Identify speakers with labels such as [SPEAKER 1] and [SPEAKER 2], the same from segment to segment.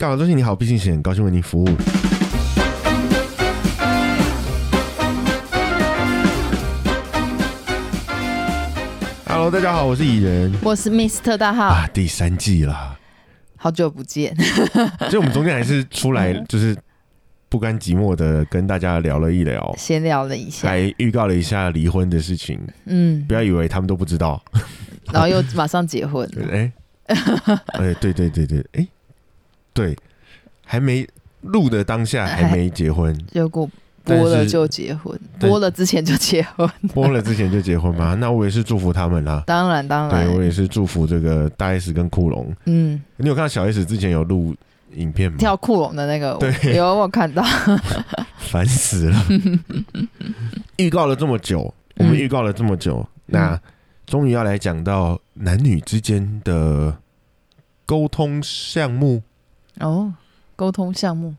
[SPEAKER 1] 干嘛？中信你好，毕信险高兴为您服务。Hello，大家好，我是蚁人
[SPEAKER 2] 我是 Mr 大号，
[SPEAKER 1] 啊，第三季啦，
[SPEAKER 2] 好久不见。
[SPEAKER 1] 所以我们中间还是出来就是不甘寂寞的跟大家聊了一聊，
[SPEAKER 2] 闲聊了一下，
[SPEAKER 1] 还预告了一下离婚的事情，
[SPEAKER 2] 嗯
[SPEAKER 1] 不，要以为他们都不知道，
[SPEAKER 2] 然后又马上结婚
[SPEAKER 1] 对哎，哎、对对对对，哎、对，还没录的当下还没结婚，
[SPEAKER 2] 结果播
[SPEAKER 1] 但是
[SPEAKER 2] 了就结婚，
[SPEAKER 1] 但
[SPEAKER 2] 播了之前就结婚，
[SPEAKER 1] 播了之前就结婚吗？那我也是祝福他们啦。
[SPEAKER 2] 当然当
[SPEAKER 1] 对我
[SPEAKER 2] 然，
[SPEAKER 1] 也是祝福这个大 S 跟库龙。
[SPEAKER 2] 嗯，
[SPEAKER 1] 你有看到小 S 之前有录影片吗？
[SPEAKER 2] 跳库龙的那个，
[SPEAKER 1] 对
[SPEAKER 2] 有我有看到，
[SPEAKER 1] 烦死了！预告了这么久，我们
[SPEAKER 2] 嗯
[SPEAKER 1] 预告了这么久，那终于要来讲到男女之间的沟通项目。
[SPEAKER 2] 哦，沟通项目，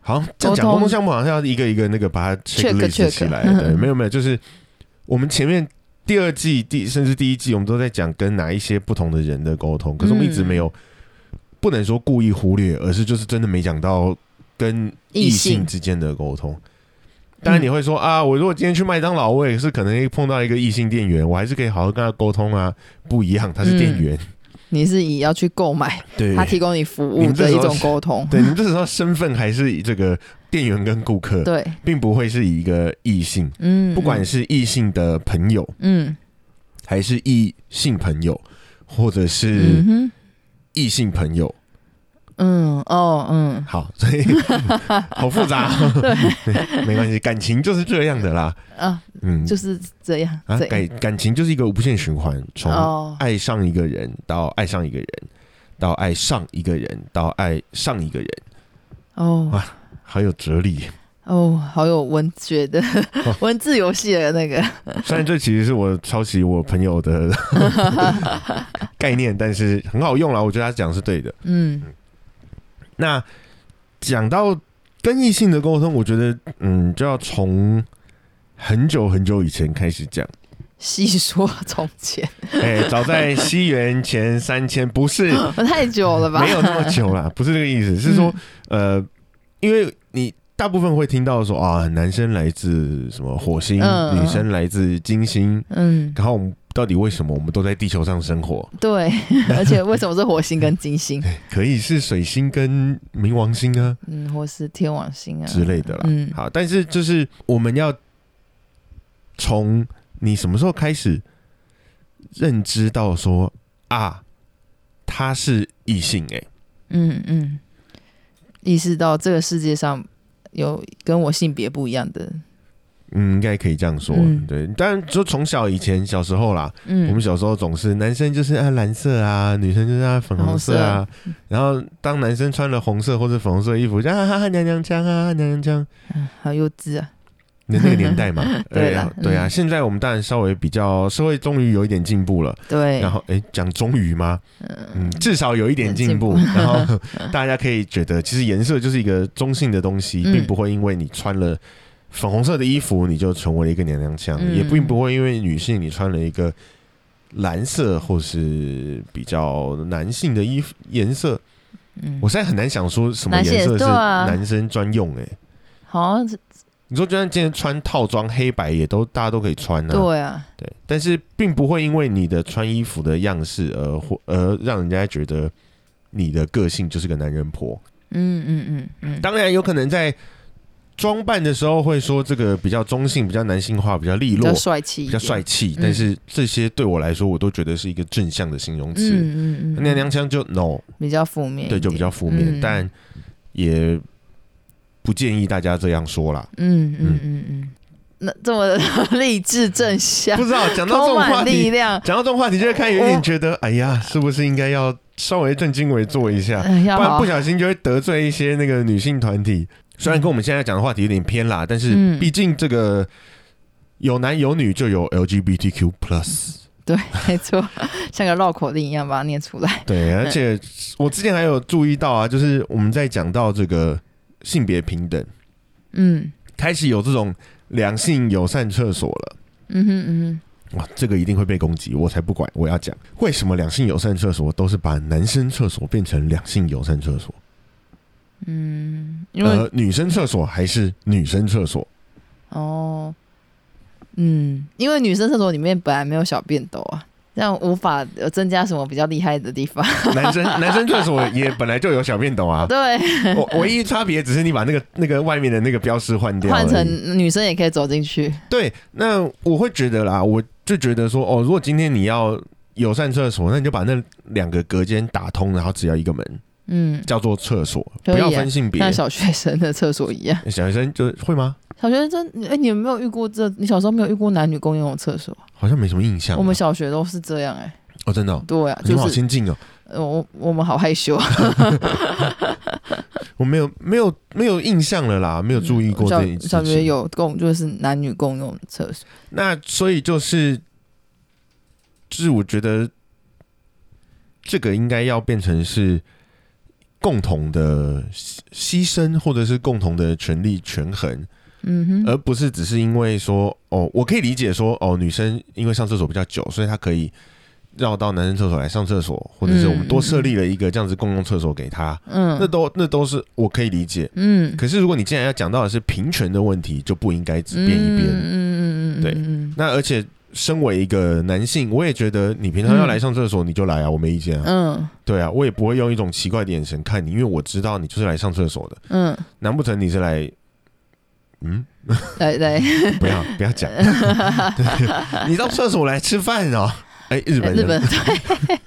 [SPEAKER 1] 好像这样讲
[SPEAKER 2] 沟
[SPEAKER 1] 沟
[SPEAKER 2] 通
[SPEAKER 1] 通项目，好像要一个一个那个把它
[SPEAKER 2] Check
[SPEAKER 1] checklist
[SPEAKER 2] check
[SPEAKER 1] 起来。
[SPEAKER 2] 嗯
[SPEAKER 1] 对，没有没有，就是我们前面第二季、第甚至第一季，我们都在讲跟哪一些不同的人的沟通，可是我们一直没有，
[SPEAKER 2] 嗯
[SPEAKER 1] 不能说故意忽略，而是就是真的没讲到跟异
[SPEAKER 2] 异性
[SPEAKER 1] 性之间的沟通。当然你会说啊，我如果今天去麦当劳，我也是可能会碰到一个异性店员，我还是可以好好跟他沟通啊。不一样，他是店员，
[SPEAKER 2] 你是以要去购买，
[SPEAKER 1] 对
[SPEAKER 2] 嗯他提供你服
[SPEAKER 1] 你
[SPEAKER 2] 务
[SPEAKER 1] 们这
[SPEAKER 2] 的
[SPEAKER 1] 时
[SPEAKER 2] 一
[SPEAKER 1] 候
[SPEAKER 2] 种
[SPEAKER 1] 是
[SPEAKER 2] 沟通，
[SPEAKER 1] 对，你们这时候身份还是以这个店员跟顾客，
[SPEAKER 2] 对，
[SPEAKER 1] 并不会是以一个异性。
[SPEAKER 2] 嗯，
[SPEAKER 1] 不管是异性的朋友，
[SPEAKER 2] 嗯，
[SPEAKER 1] 还是异性朋友，或者
[SPEAKER 2] 嗯嗯
[SPEAKER 1] 是
[SPEAKER 2] 哼，
[SPEAKER 1] 异性朋友，
[SPEAKER 2] 嗯哦嗯，
[SPEAKER 1] 好， 所 以好复杂、 对，没关系，感情就是这样的啦，
[SPEAKER 2] 啊，
[SPEAKER 1] 嗯，
[SPEAKER 2] 就是这样，
[SPEAKER 1] 啊，
[SPEAKER 2] 这
[SPEAKER 1] 感
[SPEAKER 2] 样，
[SPEAKER 1] 感情就是一个无限循环，从
[SPEAKER 2] 哦，
[SPEAKER 1] 爱上一个人到爱上一个人，到爱上一个人，到爱上一个人，
[SPEAKER 2] 哦。
[SPEAKER 1] 好有哲理。
[SPEAKER 2] 哦，好有文学 的
[SPEAKER 1] 哦
[SPEAKER 2] 文字游戏的那个，
[SPEAKER 1] 虽然这其实是我抄袭我朋友的 概念，但是很好用啦，我觉得他讲的是对的。
[SPEAKER 2] 嗯
[SPEAKER 1] 那讲到跟异性的沟通，我觉得嗯，就要从很久很久以前开始讲。，
[SPEAKER 2] 细说从 前，
[SPEAKER 1] 哎、早在西元前三千，不 是
[SPEAKER 2] 太久了吧？
[SPEAKER 1] 没有那么久 啦，不是这个意思，是说、
[SPEAKER 2] 嗯
[SPEAKER 1] 呃，因为你。大部分会听到说啊，男生来自什么火星，
[SPEAKER 2] 嗯
[SPEAKER 1] 女生来自金星，
[SPEAKER 2] 嗯，
[SPEAKER 1] 然后我们到底为什么我们都在地球上生活？
[SPEAKER 2] 对，而且为什么是火星跟 金星？
[SPEAKER 1] 可以是水星跟冥王星啊
[SPEAKER 2] 嗯，或是天王星啊
[SPEAKER 1] 之类的啦。
[SPEAKER 2] 嗯，
[SPEAKER 1] 好，但是就是我们要从你什么时候开始认知到说啊，他是异性哎、
[SPEAKER 2] 嗯嗯，意识到这个世界上有跟我性别不一样的，
[SPEAKER 1] 嗯，应该可以这样说，
[SPEAKER 2] 嗯
[SPEAKER 1] 对。当然，就从小以前小时候啦，我
[SPEAKER 2] 嗯
[SPEAKER 1] 们，小时候总是男生就是啊蓝色啊，女生就是啊粉红色啊。然后当男生穿了红色或者粉红色的衣服，就啊哈哈娘娘腔啊娘娘腔，
[SPEAKER 2] 嗯好幼稚啊，
[SPEAKER 1] 那那个年 代嘛，
[SPEAKER 2] 对
[SPEAKER 1] 哎
[SPEAKER 2] 啦
[SPEAKER 1] 呀对啊。
[SPEAKER 2] 嗯
[SPEAKER 1] 现在我们当然稍微比较社会终于有一点进步了，
[SPEAKER 2] 对，
[SPEAKER 1] 然后哎讲终于吗？嗯
[SPEAKER 2] 嗯，
[SPEAKER 1] 至少有一点进步，
[SPEAKER 2] 有进
[SPEAKER 1] 然 后大家可以觉得，其实颜色就是一个中性的东西，
[SPEAKER 2] 嗯
[SPEAKER 1] 并不会因为你穿了粉红色的衣服，你就成为了一个娘娘腔，
[SPEAKER 2] 嗯
[SPEAKER 1] 也并不会因为女性你穿了一个蓝色或是比较男性的衣服颜色，
[SPEAKER 2] 嗯
[SPEAKER 1] 我，现在很难想说什么
[SPEAKER 2] 男性
[SPEAKER 1] 颜色是
[SPEAKER 2] 对啊
[SPEAKER 1] 男生专用、欸。哎，
[SPEAKER 2] 好像是
[SPEAKER 1] 你说就算今天穿套装黑白，也都大家都可以穿啊。
[SPEAKER 2] 对啊，
[SPEAKER 1] 对，但是并不会因为你的穿衣服的样式而或而让人家觉得你的个性就是个男人婆。
[SPEAKER 2] 嗯嗯嗯嗯，
[SPEAKER 1] 当然，有可能在装扮的时候会说这个比较中性、比较男性化、比较利
[SPEAKER 2] 比
[SPEAKER 1] 落
[SPEAKER 2] 较、帅气，
[SPEAKER 1] 比较帅，气，
[SPEAKER 2] 嗯
[SPEAKER 1] 但是这些对我来说，我都觉得是一个正向的形容词。
[SPEAKER 2] 嗯嗯嗯，
[SPEAKER 1] 娘娘腔就 no，
[SPEAKER 2] 比较负面一点，
[SPEAKER 1] 对，就比较负面，
[SPEAKER 2] 嗯
[SPEAKER 1] 但也不建议大家这样说 啦。
[SPEAKER 2] 嗯嗯嗯嗯，那这么励志正向
[SPEAKER 1] 不，知道讲到这
[SPEAKER 2] 充
[SPEAKER 1] 种话
[SPEAKER 2] 满力
[SPEAKER 1] 题，啊
[SPEAKER 2] 量，
[SPEAKER 1] 讲到这种话题就会开始有
[SPEAKER 2] 我
[SPEAKER 1] 点觉得，哎呀，是不是应该要稍微正襟危坐一下？
[SPEAKER 2] 嗯，要
[SPEAKER 1] 不然
[SPEAKER 2] 好
[SPEAKER 1] 不，小心就会得罪一些那个女性团体。虽然跟我们现在讲的话题有点偏啦，但是
[SPEAKER 2] 嗯
[SPEAKER 1] 毕竟这个有男有女就有 LGBTQ plus，
[SPEAKER 2] 对， 没错，像个绕口令一样把它念出来。
[SPEAKER 1] 对，而且我之前还有注意到啊，就是我们在讲到这个性别平等，
[SPEAKER 2] 嗯
[SPEAKER 1] 开始有这种两性友善厕所了。
[SPEAKER 2] 嗯哼嗯
[SPEAKER 1] 哇，啊这个一定会被攻击，我才不管！我要讲为什么两性友善厕所都是把男生厕所变成两性友善厕所，
[SPEAKER 2] 哼，嗯，因为、
[SPEAKER 1] 呃，女生厕所还是女生厕所，
[SPEAKER 2] 哦，嗯，因为女生厕所里面本来没有小便斗啊，这样无法有增加什么比较厉害的地方。
[SPEAKER 1] 男生男生厕所也本来就有小便斗啊，
[SPEAKER 2] 对，
[SPEAKER 1] 我唯一差别只是你把那个那个外面的那个标识换掉而已，
[SPEAKER 2] 换成女生也可以走进去。
[SPEAKER 1] 对，那我会觉得啦，我就觉得说，哦，如果今天你要友善厕所，那你就把那两个隔间打通，然后只要一个门，
[SPEAKER 2] 嗯，
[SPEAKER 1] 叫做厕所，
[SPEAKER 2] 可以
[SPEAKER 1] 不要
[SPEAKER 2] 耶
[SPEAKER 1] 分性别。
[SPEAKER 2] 像小学生的厕所一样。
[SPEAKER 1] 小学生就会吗？
[SPEAKER 2] 小学生，哎、你有没有遇过这？你小时候没有遇过男女共用厕所？
[SPEAKER 1] 好像没什么印象啊。
[SPEAKER 2] 我们小学都是这样、哎，
[SPEAKER 1] 哦，真的、哦，
[SPEAKER 2] 对啊，
[SPEAKER 1] 你们
[SPEAKER 2] 就
[SPEAKER 1] 好
[SPEAKER 2] 是
[SPEAKER 1] 先进哦，
[SPEAKER 2] 呃我我们好害羞啊，
[SPEAKER 1] 我没有没有没有印象了啦，没有注意过这
[SPEAKER 2] 小
[SPEAKER 1] 一
[SPEAKER 2] 小学。嗯有共就是男女共用厕所。
[SPEAKER 1] 那所以就是，就是我觉得这个应该要变成是共同的牺牺牲，或者是共同的权利权衡。
[SPEAKER 2] 嗯哼，
[SPEAKER 1] 而不是只是因为说哦，我可以理解说哦，女生因为上厕所比较久，所以她可以绕到男生厕所来上厕所，或者是我们多设立了一个这样子共用厕所给她，那
[SPEAKER 2] 嗯
[SPEAKER 1] 都那都是我可以理解。
[SPEAKER 2] 嗯，
[SPEAKER 1] 可是如果你既然要讲到的是平权的问题，就不应该只变一边。
[SPEAKER 2] 嗯嗯嗯嗯，
[SPEAKER 1] 对
[SPEAKER 2] 嗯
[SPEAKER 1] 那而且身为一个男性，我也觉得你平常要来上厕所你就来啊，我没意见啊。
[SPEAKER 2] 嗯
[SPEAKER 1] 对啊，我也不会用一种奇怪的眼神看你，因为我知道你就是来上厕所的。
[SPEAKER 2] 嗯，
[SPEAKER 1] 难不成你是来？嗯，
[SPEAKER 2] 来来，
[SPEAKER 1] 不 要不要讲，对你到厕所来吃饭哦。哎，日本人
[SPEAKER 2] 日本对，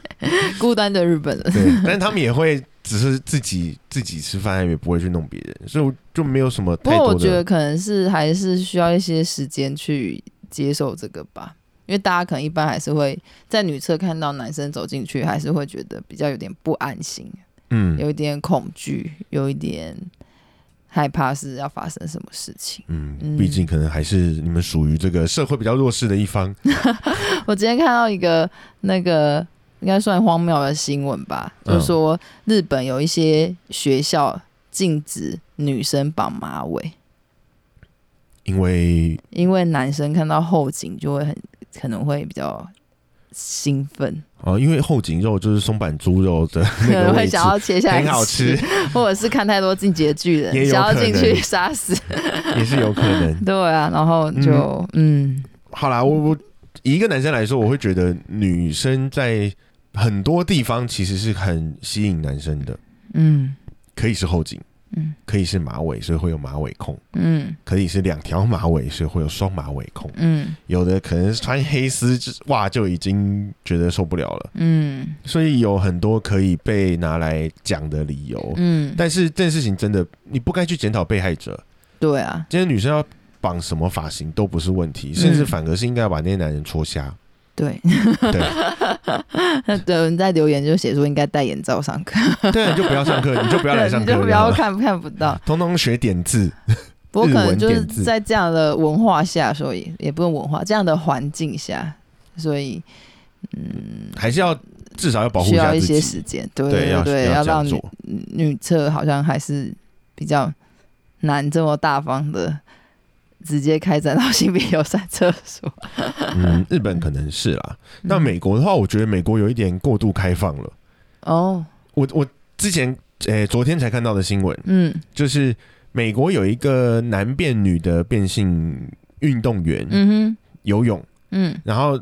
[SPEAKER 2] 孤单的日本人，
[SPEAKER 1] 对，但是他们也会只是自己自己吃饭，也不会去弄别人，所以我就没有什么
[SPEAKER 2] 不
[SPEAKER 1] 太
[SPEAKER 2] 过
[SPEAKER 1] 多
[SPEAKER 2] 我觉得
[SPEAKER 1] 的。
[SPEAKER 2] 可能是还是需要一些时间去接受这个吧，因为大家可能一般还是会在女厕看到男生走进去，还是会觉得比较有点不安心，
[SPEAKER 1] 嗯
[SPEAKER 2] 有一点恐惧，有一点害怕是要发生什么事情。
[SPEAKER 1] 嗯，
[SPEAKER 2] 嗯
[SPEAKER 1] 毕竟可能还是你们属于这个社会比较弱势的一方。
[SPEAKER 2] 我今天看到一个那个应该算荒谬的新闻吧，
[SPEAKER 1] 嗯
[SPEAKER 2] 就说日本有一些学校禁止女生绑马尾。
[SPEAKER 1] 因为
[SPEAKER 2] 因为男生看到后颈就会很可能会比较兴奋，
[SPEAKER 1] 哦，因为后颈肉就是松板猪肉的那个
[SPEAKER 2] 会
[SPEAKER 1] 位置
[SPEAKER 2] 想，要切下来
[SPEAKER 1] 很好吃，，
[SPEAKER 2] 或者是看太多进击的巨人
[SPEAKER 1] 也，有
[SPEAKER 2] 想要进
[SPEAKER 1] 可能
[SPEAKER 2] 去杀死。
[SPEAKER 1] 也是有可 能。
[SPEAKER 2] 对啊，然后就嗯
[SPEAKER 1] 好啦，我我以一个男生来说，我会觉得女生在很多地方其实是很吸引男生的。
[SPEAKER 2] 嗯
[SPEAKER 1] 可以是后颈，
[SPEAKER 2] 嗯
[SPEAKER 1] 可以是马尾，所以会有马尾控；
[SPEAKER 2] 嗯
[SPEAKER 1] 可以是两条马尾，所以会有双马尾控。
[SPEAKER 2] 嗯
[SPEAKER 1] 有的可能是穿黑丝袜就已经觉得受不了了，
[SPEAKER 2] 嗯
[SPEAKER 1] 所以有很多可以被拿来讲的理由。
[SPEAKER 2] 嗯，
[SPEAKER 1] 但是这件事情真的，你不该去检讨被害者。
[SPEAKER 2] 对啊，
[SPEAKER 1] 今天女生要绑什么发型都不是问
[SPEAKER 2] 嗯
[SPEAKER 1] 题，甚至反而是应该要把那些男人戳 瞎。
[SPEAKER 2] 对，
[SPEAKER 1] 对
[SPEAKER 2] 有人在留言就写说应该戴眼罩上课，
[SPEAKER 1] 对，你就不要上课，你就不要来上
[SPEAKER 2] 你
[SPEAKER 1] 课，
[SPEAKER 2] 就不要看看不 到。
[SPEAKER 1] 通通学点字。
[SPEAKER 2] 不过可
[SPEAKER 1] 日
[SPEAKER 2] 能
[SPEAKER 1] 文
[SPEAKER 2] 就是
[SPEAKER 1] 点字
[SPEAKER 2] 在这样的文化下，所以也不用文化这样的环境下，所以嗯，
[SPEAKER 1] 还是要至少要保护
[SPEAKER 2] 需
[SPEAKER 1] 下
[SPEAKER 2] 要一
[SPEAKER 1] 自
[SPEAKER 2] 些
[SPEAKER 1] 己。
[SPEAKER 2] 时间，对
[SPEAKER 1] 对要
[SPEAKER 2] 对对，
[SPEAKER 1] 要这样
[SPEAKER 2] 让女
[SPEAKER 1] 做
[SPEAKER 2] 女厕好像还是比较难这么大方的直接开展到性别友善厕所。
[SPEAKER 1] 嗯，日本可能是啦。那
[SPEAKER 2] 嗯
[SPEAKER 1] 美国的话，我觉得美国有一点过度开放了。
[SPEAKER 2] 哦，
[SPEAKER 1] 我我之前诶、昨天才看到的新闻，
[SPEAKER 2] 嗯
[SPEAKER 1] 就是美国有一个男变女的变性运动员、
[SPEAKER 2] 嗯哼
[SPEAKER 1] 游泳，
[SPEAKER 2] 嗯
[SPEAKER 1] 然后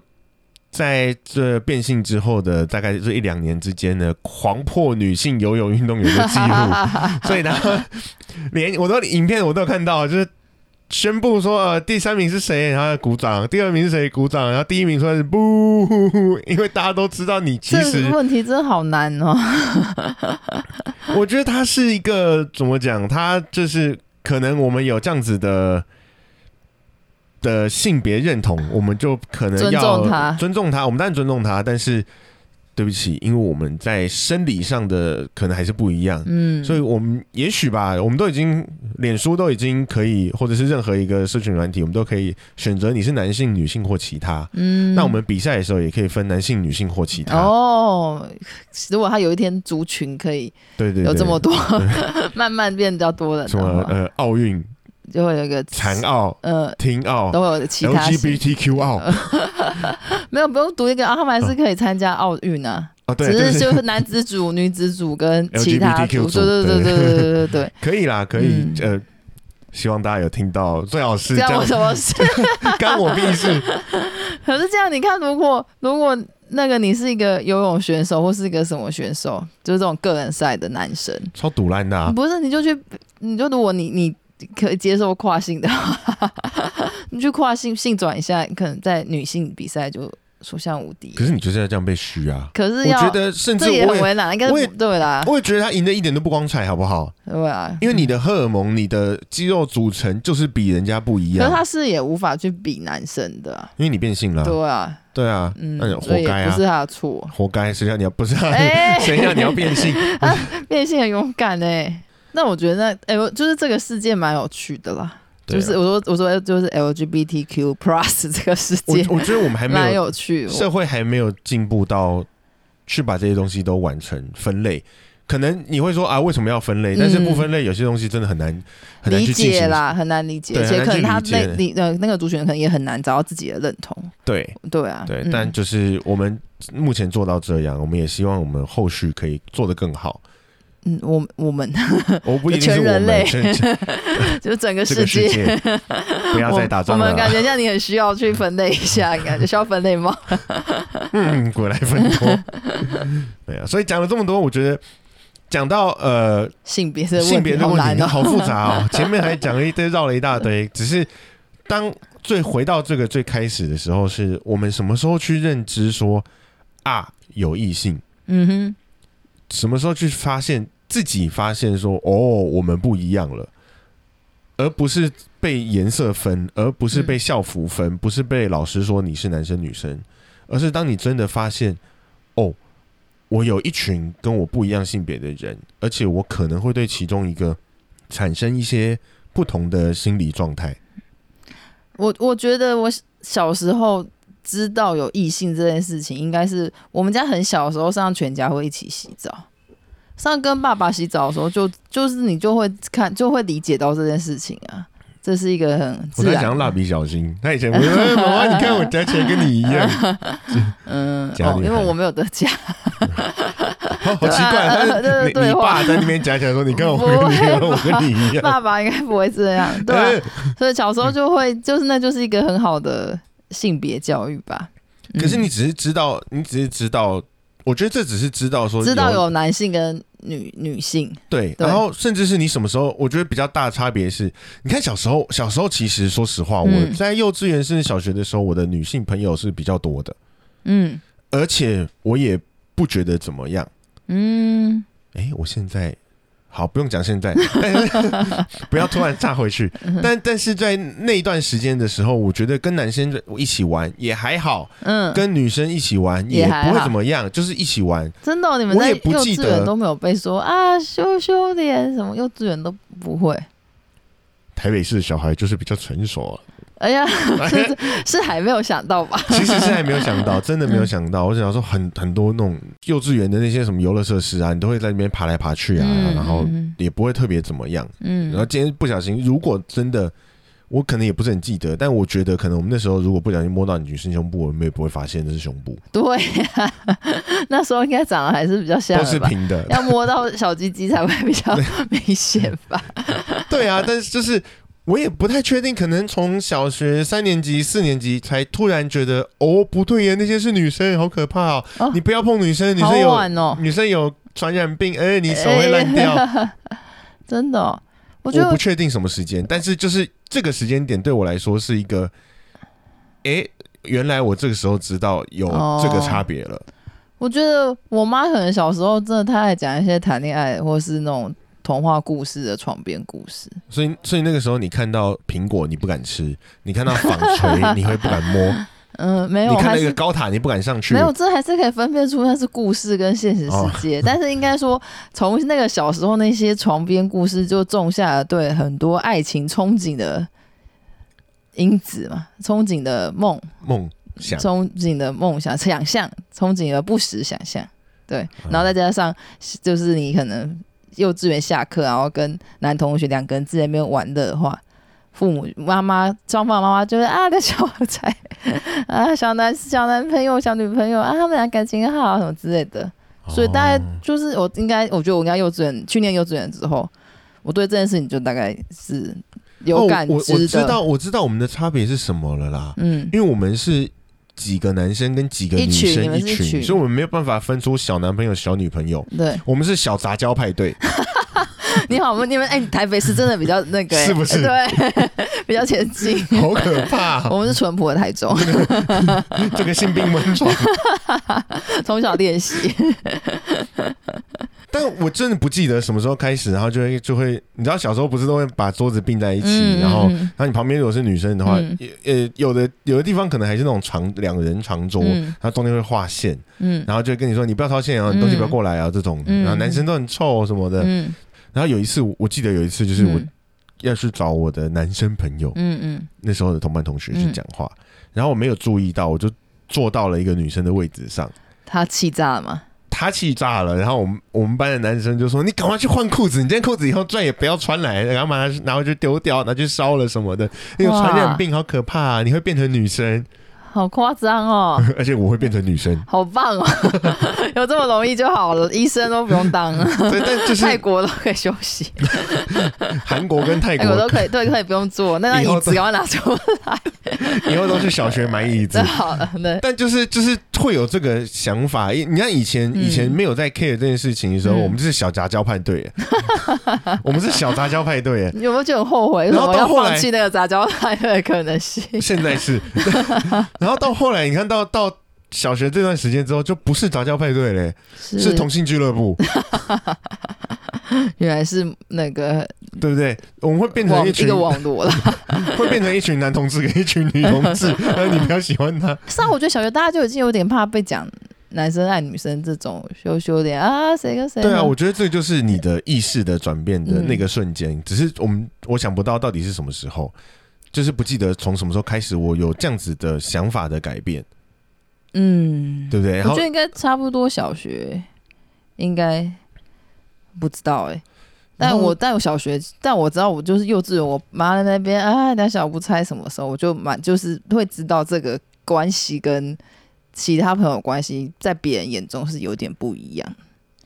[SPEAKER 1] 在这变性之后的大概这一两年之间呢，狂破女性游泳运动员的记 录，所以呢，连我都影片我都有看到，就是。宣布说，呃，第三名是谁，然后鼓掌；第二名是谁，鼓掌；然后第一名说是不， 因为大家都知道你其
[SPEAKER 2] 这
[SPEAKER 1] 实
[SPEAKER 2] 个问题真好难哦。
[SPEAKER 1] 我觉得他是一个怎么讲？他就是可能我们有这样子的的性别认同，我们就可能要
[SPEAKER 2] 尊重他
[SPEAKER 1] 尊重他。我们当然尊重他，但是对不起，因为我们在生理上的可能还是不一样。
[SPEAKER 2] 嗯，
[SPEAKER 1] 所以，我们也许吧，我们都已经，脸书都已经可以，或者是任何一个社群软体，我们都可以选择你是男性、女性或其他。
[SPEAKER 2] 嗯，
[SPEAKER 1] 那我们比赛的时候也可以分男性、女性或其他。
[SPEAKER 2] 哦，如果他有一天族群可以
[SPEAKER 1] 对对对，
[SPEAKER 2] 有这么多，慢慢变比较多人
[SPEAKER 1] 什么
[SPEAKER 2] 的话，
[SPEAKER 1] 呃，奥运、
[SPEAKER 2] 就会有一个
[SPEAKER 1] 残奥、
[SPEAKER 2] 呃，
[SPEAKER 1] 听奥、
[SPEAKER 2] 都会有其他型呃
[SPEAKER 1] LGBTQ 奥，
[SPEAKER 2] 没有不用读一个啊，他们还是可以参加奥运啊。
[SPEAKER 1] 啊，对，
[SPEAKER 2] 只是
[SPEAKER 1] 就
[SPEAKER 2] 就是男子组、女子组跟其他
[SPEAKER 1] LGBTQ
[SPEAKER 2] 组，
[SPEAKER 1] 组
[SPEAKER 2] 对对对对对对对对。
[SPEAKER 1] 可以啦，可以，
[SPEAKER 2] 嗯
[SPEAKER 1] 呃，希望大家有听到，最好是
[SPEAKER 2] 这
[SPEAKER 1] 这
[SPEAKER 2] 样
[SPEAKER 1] 样
[SPEAKER 2] 我，什么事？
[SPEAKER 1] 干我屁事。
[SPEAKER 2] 可是这样，你看，如果如果那个你是一个游泳选手或是一个什么选手，就是这种个人赛的男生，
[SPEAKER 1] 超堵烂的、啊，
[SPEAKER 2] 不是你就去，你就如果你你可以接受跨性的话， 你去跨性性转一下，可能在女性比赛就所向无敌。
[SPEAKER 1] 可是你就是要这样被虚啊！
[SPEAKER 2] 可是
[SPEAKER 1] 我
[SPEAKER 2] 要
[SPEAKER 1] 觉得，甚至
[SPEAKER 2] 这也
[SPEAKER 1] 我
[SPEAKER 2] 很啊
[SPEAKER 1] 也，
[SPEAKER 2] 为难，应该是
[SPEAKER 1] 我也
[SPEAKER 2] 不对啦，
[SPEAKER 1] 我也觉得他赢的一点都不光彩，好不好？
[SPEAKER 2] 对啊，
[SPEAKER 1] 因为你的荷尔蒙、你的肌肉组成就是比人家不一
[SPEAKER 2] 可是
[SPEAKER 1] 样，
[SPEAKER 2] 他是也无法去比男生的啊、
[SPEAKER 1] 因为你变性了啊，
[SPEAKER 2] 对啊，
[SPEAKER 1] 对啊，
[SPEAKER 2] 嗯，
[SPEAKER 1] 那你活
[SPEAKER 2] 所以
[SPEAKER 1] 该
[SPEAKER 2] 也不
[SPEAKER 1] 啊
[SPEAKER 2] 是，他的 错。
[SPEAKER 1] 活该！谁让你要不是啊？
[SPEAKER 2] 哎、
[SPEAKER 1] 谁让你要变性？
[SPEAKER 2] 变性很勇敢哎、那我觉得那哎、我就是这个世界蛮有趣的啦。
[SPEAKER 1] 对啊
[SPEAKER 2] 就是我说我说就是 LGBTQ plus 这个世界
[SPEAKER 1] 我我觉得我们还
[SPEAKER 2] 蛮
[SPEAKER 1] 没有
[SPEAKER 2] 有趣，我
[SPEAKER 1] 社会还没有进步到去把这些东西都完成分类。可能你会说啊，为什么要分类？但是不分类，有些东西真的很难很难
[SPEAKER 2] 嗯理
[SPEAKER 1] 去进
[SPEAKER 2] 解
[SPEAKER 1] 行。
[SPEAKER 2] 啦，很难理解，
[SPEAKER 1] 对
[SPEAKER 2] 而且
[SPEAKER 1] 很
[SPEAKER 2] 可能他
[SPEAKER 1] 难去
[SPEAKER 2] 那
[SPEAKER 1] 理
[SPEAKER 2] 你呃那个族群可能也很难找到自己的认同，
[SPEAKER 1] 对，
[SPEAKER 2] 对啊，
[SPEAKER 1] 对，
[SPEAKER 2] 嗯
[SPEAKER 1] 但就是我们目前做到这样，我们也希望我们后续可以做得更 好。
[SPEAKER 2] 嗯，我我们
[SPEAKER 1] 我不一定是
[SPEAKER 2] 全
[SPEAKER 1] 我
[SPEAKER 2] 人
[SPEAKER 1] 们
[SPEAKER 2] 类
[SPEAKER 1] 全全
[SPEAKER 2] 就整个
[SPEAKER 1] 这个
[SPEAKER 2] 世
[SPEAKER 1] 世
[SPEAKER 2] 界，
[SPEAKER 1] 界，不要
[SPEAKER 2] 我
[SPEAKER 1] 再打
[SPEAKER 2] 我
[SPEAKER 1] 仗了
[SPEAKER 2] 们感
[SPEAKER 1] 啦。
[SPEAKER 2] 觉像你很需要去分类一下， 感觉需要分类吗？
[SPEAKER 1] 嗯， 过来分 多。对啊，所以讲了这么多，我觉得讲到呃
[SPEAKER 2] 性别这个
[SPEAKER 1] 性
[SPEAKER 2] 问
[SPEAKER 1] 别
[SPEAKER 2] 题
[SPEAKER 1] 的
[SPEAKER 2] 好
[SPEAKER 1] 问
[SPEAKER 2] 难
[SPEAKER 1] 题，
[SPEAKER 2] 哦、
[SPEAKER 1] 好啊复杂哦。 前面还讲了一堆，绕了一大堆。只是当最回到这个最开始的时候，是我们什么时候去认知说啊有异性？
[SPEAKER 2] 嗯哼，
[SPEAKER 1] 什么时候去发现自己发现说哦，我们不一样了，而不是被颜色分，而不是被校服分，不是被老师说你是男生女生，而是当你真的发现哦，我有一群跟我不一样性别的人，而且我可能会对其中一个产生一些不同的心理状态。
[SPEAKER 2] 我我觉得我小时候知道有异性这件事情，应该是我们家很小的时候上全家会一起洗澡。上跟爸爸洗澡的时候就，就是你就会看，就会理解到这件事情啊。这是一个很
[SPEAKER 1] 我
[SPEAKER 2] 自
[SPEAKER 1] 在
[SPEAKER 2] 然的
[SPEAKER 1] 讲蜡笔小新，他以前我说哎妈妈，你看我加起来跟你一样，
[SPEAKER 2] 嗯，
[SPEAKER 1] 家
[SPEAKER 2] 哦，
[SPEAKER 1] 里
[SPEAKER 2] 因
[SPEAKER 1] 还
[SPEAKER 2] 为我没有得 加，
[SPEAKER 1] 好好奇怪，
[SPEAKER 2] 对
[SPEAKER 1] 他
[SPEAKER 2] 啊对
[SPEAKER 1] 是你
[SPEAKER 2] 对
[SPEAKER 1] 你
[SPEAKER 2] 话
[SPEAKER 1] 爸在那边讲起来说，你看 我跟
[SPEAKER 2] 不
[SPEAKER 1] 你一样，
[SPEAKER 2] 会
[SPEAKER 1] 我跟你一 样，哎
[SPEAKER 2] 爸爸应该不会 这样，对啊、所以小时候就会，就是那就是一个很好的性别教育吧。嗯
[SPEAKER 1] 可是你只是知道，你只是知道，我觉得这只是知道说
[SPEAKER 2] 知道有男性跟女女性，
[SPEAKER 1] 对，
[SPEAKER 2] 对
[SPEAKER 1] 然后甚至是你什么时候，我觉得比较大的差别是，你看小时候，小时候其实说实话，
[SPEAKER 2] 嗯
[SPEAKER 1] 我在幼稚园甚至小学的时候，我的女性朋友是比较多的，
[SPEAKER 2] 嗯
[SPEAKER 1] 而且我也不觉得怎么样。
[SPEAKER 2] 嗯
[SPEAKER 1] 哎，我现在好不用讲现在，但是 不要突然岔回去。
[SPEAKER 2] 嗯
[SPEAKER 1] 但但是在那一段时间的时候，我觉得跟男生一起玩也还好，
[SPEAKER 2] 嗯，
[SPEAKER 1] 跟女生一起玩
[SPEAKER 2] 也
[SPEAKER 1] 也
[SPEAKER 2] 还
[SPEAKER 1] 不会
[SPEAKER 2] 好
[SPEAKER 1] 怎么样，就是一起玩。
[SPEAKER 2] 真的哦、你们
[SPEAKER 1] 我
[SPEAKER 2] 在
[SPEAKER 1] 也
[SPEAKER 2] 幼
[SPEAKER 1] 不记
[SPEAKER 2] 稚
[SPEAKER 1] 得
[SPEAKER 2] 园都没有被说啊羞羞脸什么，幼稚园都不会。
[SPEAKER 1] 台北市的小孩就是比较成熟、啊，
[SPEAKER 2] 哎呀， 是是还没有想到吧？
[SPEAKER 1] 其实是还没有想 到，真的没有
[SPEAKER 2] 嗯
[SPEAKER 1] 想到。我想说很很多那种幼稚园的那些什么游乐设施啊，你都会在那边爬来爬去啊，
[SPEAKER 2] 嗯
[SPEAKER 1] 然后
[SPEAKER 2] 嗯
[SPEAKER 1] 也不会特别怎么样。
[SPEAKER 2] 嗯
[SPEAKER 1] 然后今天不小心，如果真的，我可能也不是很记得，但我觉得可能我们那时候如果不小心摸到你女生胸部，我们也不会发现那是胸部，
[SPEAKER 2] 对呀、 那时候应该长得还是比较像
[SPEAKER 1] 都是
[SPEAKER 2] 的啊吧。
[SPEAKER 1] 平的。
[SPEAKER 2] 要摸到小鸡鸡才会比 较明显吧？
[SPEAKER 1] 对啊，但是就是。我也不太确定，可能从小学三年级、四年级才突然觉得，哦，不对耶，那些是女生，好可怕哦！
[SPEAKER 2] 哦
[SPEAKER 1] 你不要碰女生，女
[SPEAKER 2] 好
[SPEAKER 1] 生有
[SPEAKER 2] 晚哦，
[SPEAKER 1] 女生有传染病，哎、你手会烂掉。
[SPEAKER 2] 真的哦、我
[SPEAKER 1] 我
[SPEAKER 2] 觉得
[SPEAKER 1] 不确定什么时间，但是就是这个时间点对我来说是一个，哎、原来我这个时候知道有
[SPEAKER 2] 哦
[SPEAKER 1] 这个差别了。
[SPEAKER 2] 我觉得我妈可能小时候真的太爱讲一些谈恋爱或是那种童话故事的床边故事。
[SPEAKER 1] 所以，所以那个时候你看到苹果，你不敢吃；你看到纺锤，你会不敢摸；
[SPEAKER 2] 嗯， 没有，
[SPEAKER 1] 你看
[SPEAKER 2] 还
[SPEAKER 1] 到一
[SPEAKER 2] 是
[SPEAKER 1] 个高塔，你不敢上去。
[SPEAKER 2] 没有，这还是可以分辨出那是故事跟现实世
[SPEAKER 1] 哦
[SPEAKER 2] 界。但是应该说，从那个小时候那些床边故事，就种下了对很多爱情憧憬的因子嘛，憧憬的梦，
[SPEAKER 1] 梦想，
[SPEAKER 2] 憧憬的梦想、想象，憧憬的不实想象。对，
[SPEAKER 1] 嗯
[SPEAKER 2] 然后再加上就是你可能幼稚园下课，然后跟男同学两个人在那边玩乐的话。父母妈妈双方妈妈就会啊，这小孩 才啊，小男小男朋友、小女朋友啊，他们俩感情很好啊什么之类的，所以大概
[SPEAKER 1] 哦
[SPEAKER 2] 就是我应该，我觉得我应该幼稚园去年幼稚园之后，我对这件事情就大概是有感
[SPEAKER 1] 哦、我我
[SPEAKER 2] 知
[SPEAKER 1] 知
[SPEAKER 2] 的。
[SPEAKER 1] 道我知道我们的差别是什么了啦，
[SPEAKER 2] 嗯，
[SPEAKER 1] 因为我们是几个男生跟几个女
[SPEAKER 2] 一群你
[SPEAKER 1] 生
[SPEAKER 2] 们
[SPEAKER 1] 一
[SPEAKER 2] 是一群
[SPEAKER 1] 所以我们没有办法分出小男朋友小女朋友。
[SPEAKER 2] 对，
[SPEAKER 1] 我们是小杂交派 对，
[SPEAKER 2] 你好，我们你们哎、台北是真的比较那个、欸，
[SPEAKER 1] 是不是
[SPEAKER 2] 对， 比较 前进。
[SPEAKER 1] 好可怕、哦
[SPEAKER 2] 我们是淳朴的 台中，
[SPEAKER 1] 这个性病温 床。
[SPEAKER 2] 从小练习。
[SPEAKER 1] 但我真的不记得什么时候开始，然后就会就会，你知道小时候不是都会把桌子并在一起，
[SPEAKER 2] 嗯，
[SPEAKER 1] 然后
[SPEAKER 2] 嗯
[SPEAKER 1] 然后你旁边如果是女生的话，
[SPEAKER 2] 嗯
[SPEAKER 1] 也呃有的有的地方可能还是那种长两人长桌，
[SPEAKER 2] 嗯
[SPEAKER 1] 然后中间会画线，
[SPEAKER 2] 嗯
[SPEAKER 1] 然后就会跟你说你不要超线啊，你东西不要过来啊这种的，
[SPEAKER 2] 嗯
[SPEAKER 1] 然后男生都很臭什么的。
[SPEAKER 2] 嗯，
[SPEAKER 1] 然后有一次我我记得有一次就是我
[SPEAKER 2] 嗯
[SPEAKER 1] 要去找我的男生朋友，
[SPEAKER 2] 嗯嗯
[SPEAKER 1] 那时候的同班同学去
[SPEAKER 2] 嗯
[SPEAKER 1] 讲话，然后我没有注意到，我就坐到了一个女生的位置上。
[SPEAKER 2] 他气炸了嘛？
[SPEAKER 1] 他气炸了，然后我们我们班的男生就说：“你赶快去换裤子，你这件裤子以后再也不要穿来，然后把它拿回去丢掉，拿去烧了什么的，那个传染病好可怕、啊，你会变成女 生，
[SPEAKER 2] 好夸张 哦，
[SPEAKER 1] 而且我会变成女生。
[SPEAKER 2] 好棒哦， 有这么容易就好了，医生都不用当了，
[SPEAKER 1] 对，但 就是
[SPEAKER 2] 泰国都可以休息，
[SPEAKER 1] 韩国跟泰
[SPEAKER 2] 泰国都
[SPEAKER 1] 国
[SPEAKER 2] 可以，对，可以不 用坐，那
[SPEAKER 1] 以
[SPEAKER 2] 张
[SPEAKER 1] 后
[SPEAKER 2] 椅子
[SPEAKER 1] 都
[SPEAKER 2] 赶快拿出来，
[SPEAKER 1] 以后都去小学买椅子
[SPEAKER 2] 真。好了，对，
[SPEAKER 1] 但就是就是会有这个想法，因你看以前
[SPEAKER 2] 嗯
[SPEAKER 1] 以前没有在 care 这件事情的时候，
[SPEAKER 2] 嗯
[SPEAKER 1] 我们就是小杂交派 对，我们是小杂交派对，
[SPEAKER 2] 有没有觉得很后悔？为什
[SPEAKER 1] 然后
[SPEAKER 2] 么
[SPEAKER 1] 到
[SPEAKER 2] 要
[SPEAKER 1] 后来
[SPEAKER 2] 放弃那个杂交派对的可能性？
[SPEAKER 1] 现在是， 然后到后来你看到到小学这段时间之后，就不是杂交派对嘞，是同性俱乐部，
[SPEAKER 2] 原来是那个
[SPEAKER 1] 对不对？我们会变成
[SPEAKER 2] 网
[SPEAKER 1] 一
[SPEAKER 2] 一
[SPEAKER 1] 群
[SPEAKER 2] 个，网络了。
[SPEAKER 1] 会变成一群男同志跟一群女同 志，然后你比较喜欢他，
[SPEAKER 2] 是啊，我觉得小学大家就已经有点怕被讲男生爱女生这种羞羞点啊，嗯谁跟谁。
[SPEAKER 1] 对啊，我觉得这就是你的意识的转变的那个瞬间，只是我们我想不到到底是什么时候。就是不记得从什么时候开始，我有这样子的想法的改变，
[SPEAKER 2] 嗯，
[SPEAKER 1] 对不对？然
[SPEAKER 2] 我
[SPEAKER 1] 后
[SPEAKER 2] 觉得应该差不多小学，应该不知道哎、
[SPEAKER 1] 然
[SPEAKER 2] 但
[SPEAKER 1] 后
[SPEAKER 2] 我但我小学，但我知道我就是幼稚园，我妈在那边啊，两小不猜什么时候，我就蛮就是会知道这个关系跟其他朋友关系在别人眼中是有点不一样。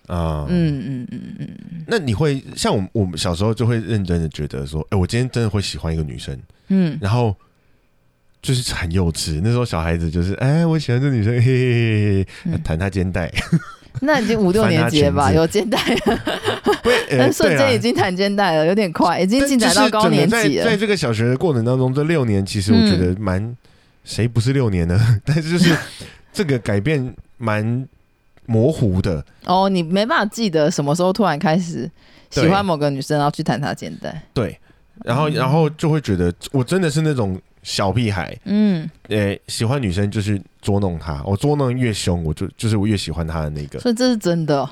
[SPEAKER 1] 啊，
[SPEAKER 2] 嗯嗯嗯嗯嗯
[SPEAKER 1] 那你会像我们我们小时候就会认真的觉得说，哎、我今天真的会喜欢一个女生，
[SPEAKER 2] 嗯，
[SPEAKER 1] 然后就是很幼稚。那时候小孩子就是，哎、我喜欢这女生，嘿嘿嘿嘿嘿，
[SPEAKER 2] 嗯
[SPEAKER 1] 弹她肩 带，
[SPEAKER 2] 那已经五六
[SPEAKER 1] 翻
[SPEAKER 2] 年
[SPEAKER 1] 他
[SPEAKER 2] 级了
[SPEAKER 1] 裙
[SPEAKER 2] 吧，
[SPEAKER 1] 子
[SPEAKER 2] 有肩带
[SPEAKER 1] 不是，呃
[SPEAKER 2] 但瞬间
[SPEAKER 1] 对
[SPEAKER 2] 已。
[SPEAKER 1] 啦
[SPEAKER 2] 经弹肩带了，有点快，已经
[SPEAKER 1] 但
[SPEAKER 2] 进展
[SPEAKER 1] 就是
[SPEAKER 2] 到高
[SPEAKER 1] 整个
[SPEAKER 2] 年级
[SPEAKER 1] 在在
[SPEAKER 2] 了。嗯
[SPEAKER 1] 这个小学的过程当中，这六年其实我觉得蛮，谁不是六年呢？ 但是就是这个改变蛮模糊 的，
[SPEAKER 2] 哦，你没办法记得什么时候突然开始喜
[SPEAKER 1] 对
[SPEAKER 2] 欢某个女生，然后去弹她肩带。
[SPEAKER 1] 对。然后，
[SPEAKER 2] 嗯
[SPEAKER 1] 然后就会觉得我真的是那种小屁孩，
[SPEAKER 2] 嗯，
[SPEAKER 1] 呃、喜欢女生就是捉弄她，我捉弄越凶，我就就是我越喜欢她的那个。
[SPEAKER 2] 所以这是真的哦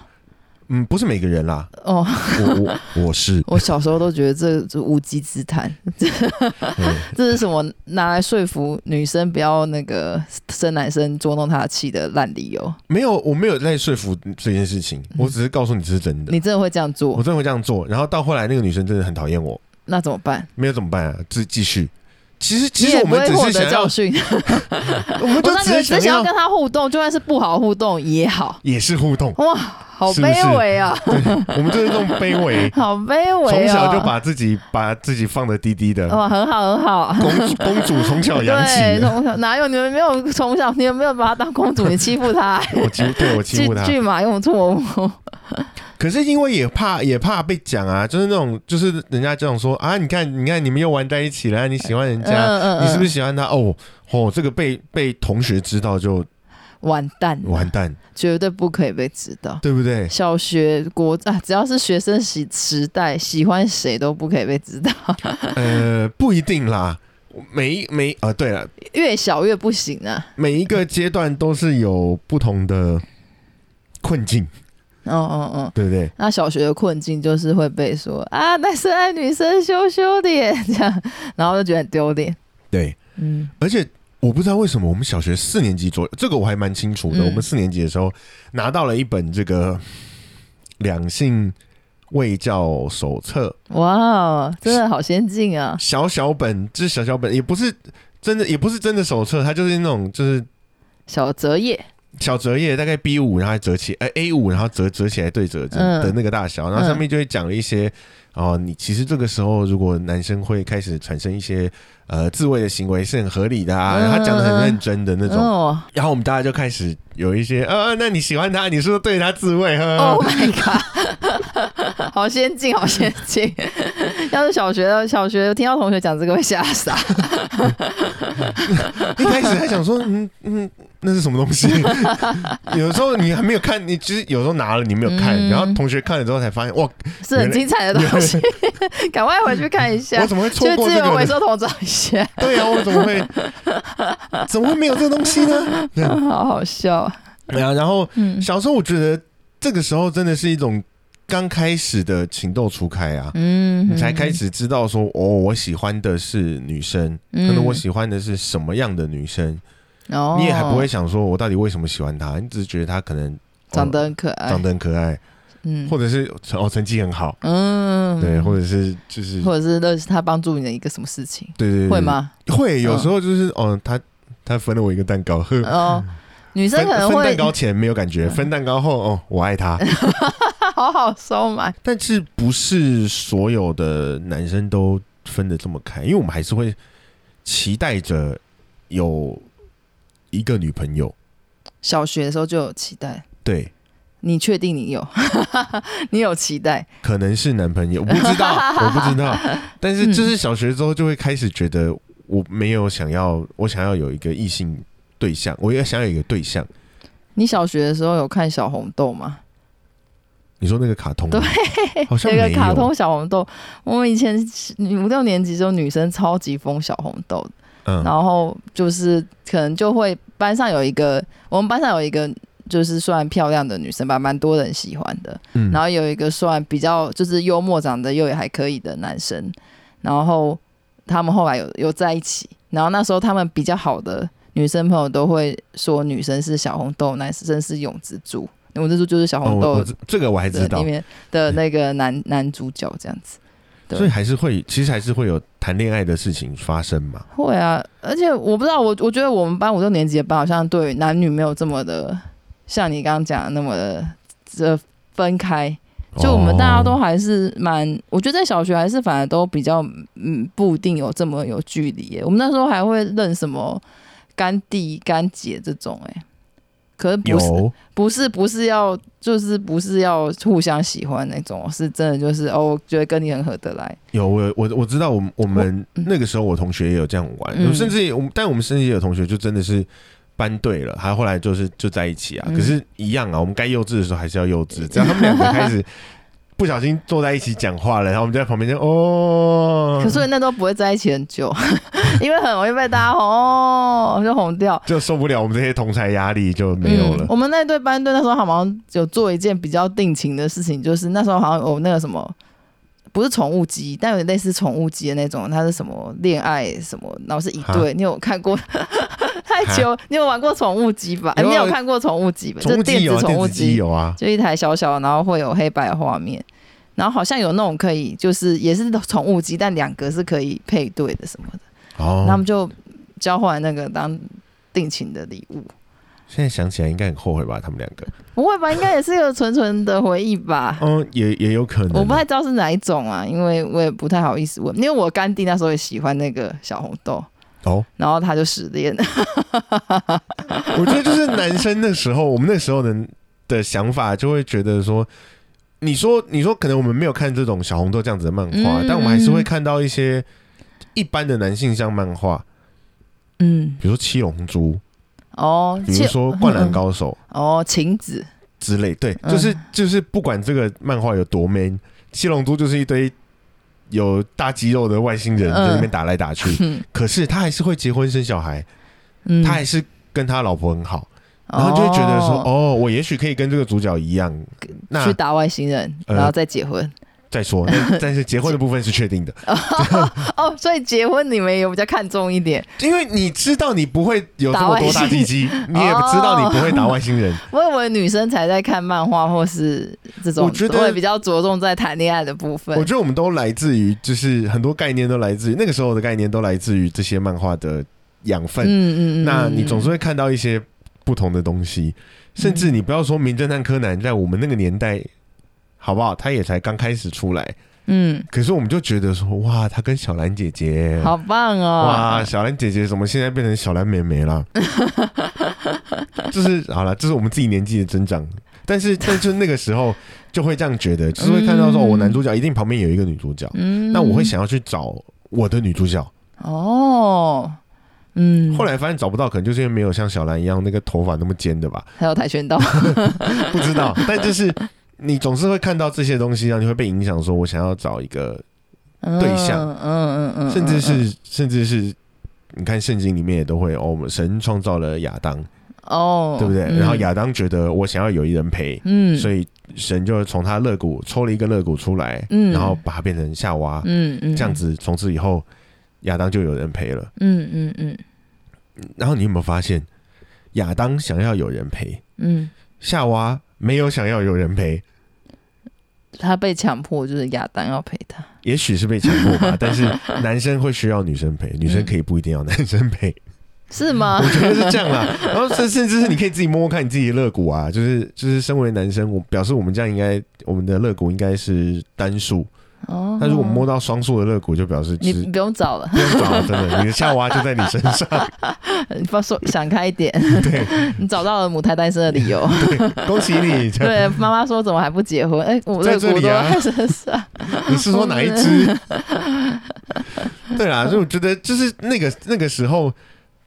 [SPEAKER 1] 嗯，不是每个人啦，
[SPEAKER 2] 哦。，
[SPEAKER 1] 我我我是
[SPEAKER 2] 我小时候都觉得这这无稽之谈，
[SPEAKER 1] 嗯
[SPEAKER 2] 这是什么拿来说服女生不要那个生男生捉弄她的气的烂理由？
[SPEAKER 1] 没有，我没有在说服这件事情，我只是告诉你这是真的，
[SPEAKER 2] 嗯你真的会这样
[SPEAKER 1] 我
[SPEAKER 2] 做？
[SPEAKER 1] 真的会这样做。然后到后来，那个女生真的很讨厌我，
[SPEAKER 2] 那怎么办？
[SPEAKER 1] 没有怎么办啊？继继续。其实
[SPEAKER 2] 你
[SPEAKER 1] 其实
[SPEAKER 2] 也
[SPEAKER 1] 我
[SPEAKER 2] 不
[SPEAKER 1] 们
[SPEAKER 2] 会
[SPEAKER 1] 只
[SPEAKER 2] 获
[SPEAKER 1] 是
[SPEAKER 2] 得
[SPEAKER 1] 想要
[SPEAKER 2] 教，训。
[SPEAKER 1] 我们
[SPEAKER 2] 我
[SPEAKER 1] 就
[SPEAKER 2] 那你
[SPEAKER 1] 只是
[SPEAKER 2] 们只
[SPEAKER 1] 想
[SPEAKER 2] 想要
[SPEAKER 1] 要
[SPEAKER 2] 跟，他互动，就算是不好互动也好。
[SPEAKER 1] 也是互动，
[SPEAKER 2] 哇，好
[SPEAKER 1] 是不是
[SPEAKER 2] 卑微啊！，
[SPEAKER 1] 我们就是这种卑微
[SPEAKER 2] 好卑微、哦，
[SPEAKER 1] 从小就把自己把自己放的低低的，
[SPEAKER 2] 哇，很好很好。
[SPEAKER 1] 公主公主从小养起
[SPEAKER 2] 哦对，
[SPEAKER 1] 的，
[SPEAKER 2] 从小哪有你们没有从小你们没有把她当公主，你欺负她，
[SPEAKER 1] 我欺对我 欺
[SPEAKER 2] 去
[SPEAKER 1] 负她。
[SPEAKER 2] 去马用错误，
[SPEAKER 1] 可是因为也怕也怕被讲啊，就是那种就是人家这样说啊，你看你看你们又玩在一起了，你喜欢人
[SPEAKER 2] 嗯
[SPEAKER 1] 家，
[SPEAKER 2] 嗯
[SPEAKER 1] 你是不是
[SPEAKER 2] 是
[SPEAKER 1] 喜欢他？哦，哦，这个被被同学知道就
[SPEAKER 2] 完蛋？
[SPEAKER 1] 完，蛋，
[SPEAKER 2] 绝对不可以被知道。
[SPEAKER 1] 对不对？
[SPEAKER 2] 小学、国啊，只要是学生时时代，喜欢谁都不可以被知道，
[SPEAKER 1] 呃，不一定啦，每一每啊、对了，
[SPEAKER 2] 越小越不行啊。
[SPEAKER 1] 每一个阶段都是有不同的困境，
[SPEAKER 2] 嗯嗯嗯。
[SPEAKER 1] 对不对？
[SPEAKER 2] 那小学的困境就是会被说啊，男生爱女生羞羞脸这样，然后就觉得很丢脸。
[SPEAKER 1] 对，
[SPEAKER 2] 嗯
[SPEAKER 1] 而且我不知道为什么我们小学四年级左右，这个我还蛮清楚的。
[SPEAKER 2] 嗯
[SPEAKER 1] 我们四年级的时候拿到了一本这个两性卫教手册，
[SPEAKER 2] 哇哦，真的好先进啊！
[SPEAKER 1] 小小本，这是小小本，也不是真的，也不是真的手册，它就是那种就是
[SPEAKER 2] 小折页，
[SPEAKER 1] 小折页，大概 B 五，然后折起，哎 A 五，然后折折起来对折
[SPEAKER 2] 嗯
[SPEAKER 1] 的那个大小，然后上面就会讲了一些，哦，你其实这个时候如果男生会开始产生一些呃自慰的行为是很合理的啊，
[SPEAKER 2] 嗯
[SPEAKER 1] 然后他讲的很认真的那种，
[SPEAKER 2] 哦
[SPEAKER 1] 然后我们大家就开始有一些，呃，那你喜欢他，你是不是对他自慰？呵呵
[SPEAKER 2] ，Oh my god，好先进，好先进！ 要是小学，小学听到同学讲这个会吓傻。
[SPEAKER 1] 一开始还想说，嗯嗯，那是什么东 西？有时候你还没有看，你其实有时候拿了你没有看，
[SPEAKER 2] 嗯
[SPEAKER 1] 然后同学看了之后才发现，哇，
[SPEAKER 2] 是很精彩的东西， 赶快回去看一下
[SPEAKER 1] 我，怎么会错
[SPEAKER 2] 去
[SPEAKER 1] 过
[SPEAKER 2] 资
[SPEAKER 1] 这
[SPEAKER 2] 源
[SPEAKER 1] 个
[SPEAKER 2] 回
[SPEAKER 1] 呢？
[SPEAKER 2] 收桶找一下，
[SPEAKER 1] 对呀、啊，我怎么会 怎么会没有这个东西呢？
[SPEAKER 2] 好好笑啊。
[SPEAKER 1] 对啊，然后
[SPEAKER 2] 嗯
[SPEAKER 1] 嗯小时候我觉得这个时候真的是一种刚开始的情窦初开啊。
[SPEAKER 2] 嗯
[SPEAKER 1] 你才开，始知道说哦，我喜欢的是女生，
[SPEAKER 2] 可
[SPEAKER 1] 可能我喜欢的是什么样的女生，
[SPEAKER 2] 嗯哦，
[SPEAKER 1] 你也还不会想说我到底为什么喜欢她，你只是觉得她可能、哦
[SPEAKER 2] 长得很可爱，
[SPEAKER 1] 长得很可爱，
[SPEAKER 2] 嗯
[SPEAKER 1] 或者是哦成绩很好，
[SPEAKER 2] 嗯，
[SPEAKER 1] 对，或者是就是
[SPEAKER 2] 或者是那是他帮助你的一个什么事情，
[SPEAKER 1] 对对对，
[SPEAKER 2] 会？吗？嗯
[SPEAKER 1] 会有时候就是哦，他他分了我一个蛋糕，呵，
[SPEAKER 2] 哦，女生
[SPEAKER 1] 嗯分
[SPEAKER 2] 可能
[SPEAKER 1] 分蛋
[SPEAKER 2] 会嗯
[SPEAKER 1] 糕前没有感觉，分蛋糕后哦，我爱他。
[SPEAKER 2] 好好收买，
[SPEAKER 1] 但是不是所有的男生都分得这么开？因为我们还是会期待着有一个女朋友，
[SPEAKER 2] 小学的时候就有期待。
[SPEAKER 1] 对，
[SPEAKER 2] 你确定你有？ 你有期待？
[SPEAKER 1] 可能是男朋友，我不知道， 我不知道。
[SPEAKER 2] 嗯
[SPEAKER 1] 但是就是小学之后就会开始觉得，我没有想要，我想要有一个异性对象，我也想要有一个对象。
[SPEAKER 2] 你小学的时候有看小红豆吗？
[SPEAKER 1] 你说那个卡通吗，好像
[SPEAKER 2] 有一
[SPEAKER 1] 没
[SPEAKER 2] 个
[SPEAKER 1] 有。
[SPEAKER 2] 卡通小红豆，我们以前五六年级的时候，女生超级疯小红豆，
[SPEAKER 1] 嗯，
[SPEAKER 2] 然后就是可能就会班上有一个，我们班上有一个就是算漂亮的女生吧，蛮多人喜欢的。
[SPEAKER 1] 嗯
[SPEAKER 2] 然后有一个算比较就是幽默，长得又也还可以的男生，然后他们后来有有在一起，然后那时候他们比较好的女生朋友都会说女生是小红豆，男生是永之助，永之助就是小
[SPEAKER 1] 哦
[SPEAKER 2] 红
[SPEAKER 1] 我
[SPEAKER 2] 豆
[SPEAKER 1] 我知这个我还知
[SPEAKER 2] 的
[SPEAKER 1] 道
[SPEAKER 2] 里，面的那个男男主角这样子。对
[SPEAKER 1] 所以还是会，其实还是会有谈恋爱的事情发生嘛。
[SPEAKER 2] 会啊，而且我不知道，我我觉得我们班五六年级的班好像对男女没有这么的，像你刚刚讲的那么的这分开。就我们大家都
[SPEAKER 1] 哦
[SPEAKER 2] 还是蛮，我觉得在小学还是反而都比较嗯不一定有这么有距离耶。我们那时候还会认什么干弟干姐这种哎，可是不是
[SPEAKER 1] 有
[SPEAKER 2] 不是不是要就是不是要互相喜欢那种，是真的就是哦，我觉得跟你很合得来。
[SPEAKER 1] 有我我我知道，我们我们
[SPEAKER 2] 嗯
[SPEAKER 1] 那个时候我同学也有这样玩，
[SPEAKER 2] 嗯
[SPEAKER 1] 甚至我们但我们甚至也有同学就真的是。班对了，还后来就是就在一起啊。
[SPEAKER 2] 嗯
[SPEAKER 1] 可是，一样啊，我们该幼稚的时候还是要幼稚。只要他们两个开始 不小心坐在一起讲话了，然后我们就在旁边就哦，
[SPEAKER 2] 可是那都不会在一起很久， 因为很容易被大家哄哦，就哄掉。
[SPEAKER 1] 就受不了我们这些同才压力就没有了
[SPEAKER 2] 嗯。我们那队班队那时候好像有做一件比较定情的事情，就是那时候好像有那个什么，不是宠物鸡，但有类似宠物鸡的那种，它是什么恋爱什么，然后是一对。你有看过？ 太久，你有玩过宠物鸡吧？哎
[SPEAKER 1] 有啊
[SPEAKER 2] 你有看过宠物鸡吧？
[SPEAKER 1] 宠
[SPEAKER 2] 就
[SPEAKER 1] 物
[SPEAKER 2] 电
[SPEAKER 1] 机有
[SPEAKER 2] 子
[SPEAKER 1] 啊，
[SPEAKER 2] 宠
[SPEAKER 1] 电
[SPEAKER 2] 物
[SPEAKER 1] 子机
[SPEAKER 2] 鸡，
[SPEAKER 1] 有啊，
[SPEAKER 2] 就一台小小的，然后会有黑白的画面。然后好像有那种可以，就是也是宠物鸡，但两个是可以配对的什么的。
[SPEAKER 1] 哦，
[SPEAKER 2] 他们就交换那个当定情的礼物。
[SPEAKER 1] 现在想起来应该很后悔吧？他们两个，？
[SPEAKER 2] 不会吧？应该也是有纯纯的回忆吧
[SPEAKER 1] 嗯，也也有可能啊。
[SPEAKER 2] 我不太知道是哪一种啊，因为我也不太好意思问，因为我干弟那时候也喜欢那个小红豆，
[SPEAKER 1] 哦，
[SPEAKER 2] 然后他就失 恋了。
[SPEAKER 1] 我觉得就是男生那时候，我们那时候的的想法就会觉得说，你说你说可能我们没有看这种小红豆这样子的漫画，
[SPEAKER 2] 嗯
[SPEAKER 1] 但我们还是会看到一些一般的男性向漫画，
[SPEAKER 2] 嗯，
[SPEAKER 1] 比如说七龙珠，
[SPEAKER 2] 哦，
[SPEAKER 1] 比如说灌篮高手
[SPEAKER 2] 嗯，哦，晴子，
[SPEAKER 1] 之类。对，
[SPEAKER 2] 嗯
[SPEAKER 1] 就是就是不管这个漫画有多 man，七龙珠就是一堆。有大肌肉的外星人在那边打来打去，
[SPEAKER 2] 嗯
[SPEAKER 1] 可是他还是会结婚生小孩，
[SPEAKER 2] 嗯
[SPEAKER 1] 他还是跟他老婆很好，然后就会觉得说，哦，我也许可以跟这个主角一样，那
[SPEAKER 2] 去打外星人，
[SPEAKER 1] 呃
[SPEAKER 2] 然后再结婚。
[SPEAKER 1] 再说，但但是结婚的部分是确定的，
[SPEAKER 2] 哦，所以结婚你们也比较看重一点。
[SPEAKER 1] 因为你知道你不会有这
[SPEAKER 2] 打
[SPEAKER 1] 么
[SPEAKER 2] 外
[SPEAKER 1] 多大鸡鸡，你也知道你不会打外星人。
[SPEAKER 2] 我以为女生才在看漫画或是这种，
[SPEAKER 1] 我觉得
[SPEAKER 2] 也比较着重在谈恋爱的部分
[SPEAKER 1] 我。觉得我们都来自于，就是很多概念都来自于那个时候的概念，都来自于这些漫画的养分。
[SPEAKER 2] 嗯嗯嗯，
[SPEAKER 1] 那你总是会看到一些。不同的东西，
[SPEAKER 2] 嗯
[SPEAKER 1] 甚至你不要说《名侦探柯南》在我们那个年代，好不好？他也才刚开始出来，
[SPEAKER 2] 嗯，
[SPEAKER 1] 可是我们就觉得说，哇，他跟小兰姐姐，
[SPEAKER 2] 好棒哦
[SPEAKER 1] 哇，！小兰姐姐怎么现在变成小兰妹妹了？就是好了，这是我们自己年纪的增长。但 是，但就是那个时候就会这样觉得，就是会看到说，哦
[SPEAKER 2] 嗯
[SPEAKER 1] 我男主角一定旁边有一个女主角，
[SPEAKER 2] 嗯，
[SPEAKER 1] 那我会想要去找我的女主角。
[SPEAKER 2] 哦，嗯，
[SPEAKER 1] 后来发现找不到，可能就是因为没有像小兰一样那个头发那么尖的吧，
[SPEAKER 2] 还有跆拳道，
[SPEAKER 1] 不知 道。但就是你总是会看到这些东西，然后你会被影响，说我想要找一个，对象
[SPEAKER 2] 嗯嗯嗯嗯，
[SPEAKER 1] 甚至
[SPEAKER 2] 嗯
[SPEAKER 1] 是甚至是。你看圣经里面也都会哦，我们神创造了亚当，
[SPEAKER 2] 哦，
[SPEAKER 1] 对不对？
[SPEAKER 2] 嗯
[SPEAKER 1] 然后亚当觉得我想要有一人陪，
[SPEAKER 2] 嗯，
[SPEAKER 1] 所
[SPEAKER 2] 以
[SPEAKER 1] 以神就从他肋骨抽了一根肋骨出来，
[SPEAKER 2] 嗯
[SPEAKER 1] 然后把它变成夏娃，
[SPEAKER 2] 嗯嗯
[SPEAKER 1] 这样，子从此以后亚当就有人陪了。
[SPEAKER 2] 嗯嗯嗯
[SPEAKER 1] 然后你有没有发现，亚当想要有人陪，
[SPEAKER 2] 嗯，
[SPEAKER 1] 夏娃没有想要有人陪，
[SPEAKER 2] 他被强迫就是亚当要陪他，
[SPEAKER 1] 也许是被强迫 吧，但是男生会需要女生陪，女生可以不一定要男生 陪，
[SPEAKER 2] 是吗
[SPEAKER 1] 嗯我？觉得是这样啦。然后甚甚至是你可以自己摸摸看你自己的肋骨啊，就是就是身为男生，我表示我们这样应该我们的肋骨应该是单数，
[SPEAKER 2] 哦，
[SPEAKER 1] 但如果摸到双数的肋骨，就表示
[SPEAKER 2] 你
[SPEAKER 1] 是
[SPEAKER 2] 你不用找了，
[SPEAKER 1] 不用找 了，真的，你的夏娃就在你身上。
[SPEAKER 2] 你放说想开一点，
[SPEAKER 1] 对，
[SPEAKER 2] 你找到了母胎单身的理 由。
[SPEAKER 1] 恭喜你！ 这样
[SPEAKER 2] 对，妈妈说怎么还不结婚？哎，我
[SPEAKER 1] 在
[SPEAKER 2] 肋
[SPEAKER 1] 这
[SPEAKER 2] 骨
[SPEAKER 1] 里
[SPEAKER 2] 都
[SPEAKER 1] 啊
[SPEAKER 2] 在身上。
[SPEAKER 1] 你是说哪一 只？对啦，所以我觉得就是那个那个时候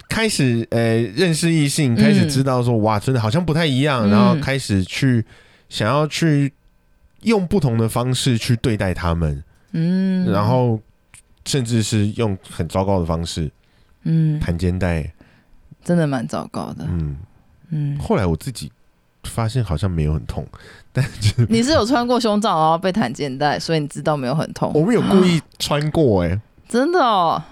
[SPEAKER 1] 开始呃认识异性，
[SPEAKER 2] 嗯
[SPEAKER 1] 开始知道说、哇，真的好像不太一样，
[SPEAKER 2] 嗯
[SPEAKER 1] 然后开始去想要去用不同的方式去对待他们，
[SPEAKER 2] 嗯，
[SPEAKER 1] 然后甚至是用很糟糕的方式
[SPEAKER 2] 嗯，
[SPEAKER 1] 弹肩带。
[SPEAKER 2] 真的蛮糟糕的。
[SPEAKER 1] 嗯，
[SPEAKER 2] 嗯，
[SPEAKER 1] 后来我自己发现好像没有很痛，
[SPEAKER 2] 你是有穿过胸罩然后被弹肩带，所以你知道没有很痛。
[SPEAKER 1] 我们有故意穿过哎、
[SPEAKER 2] 欸真的哦，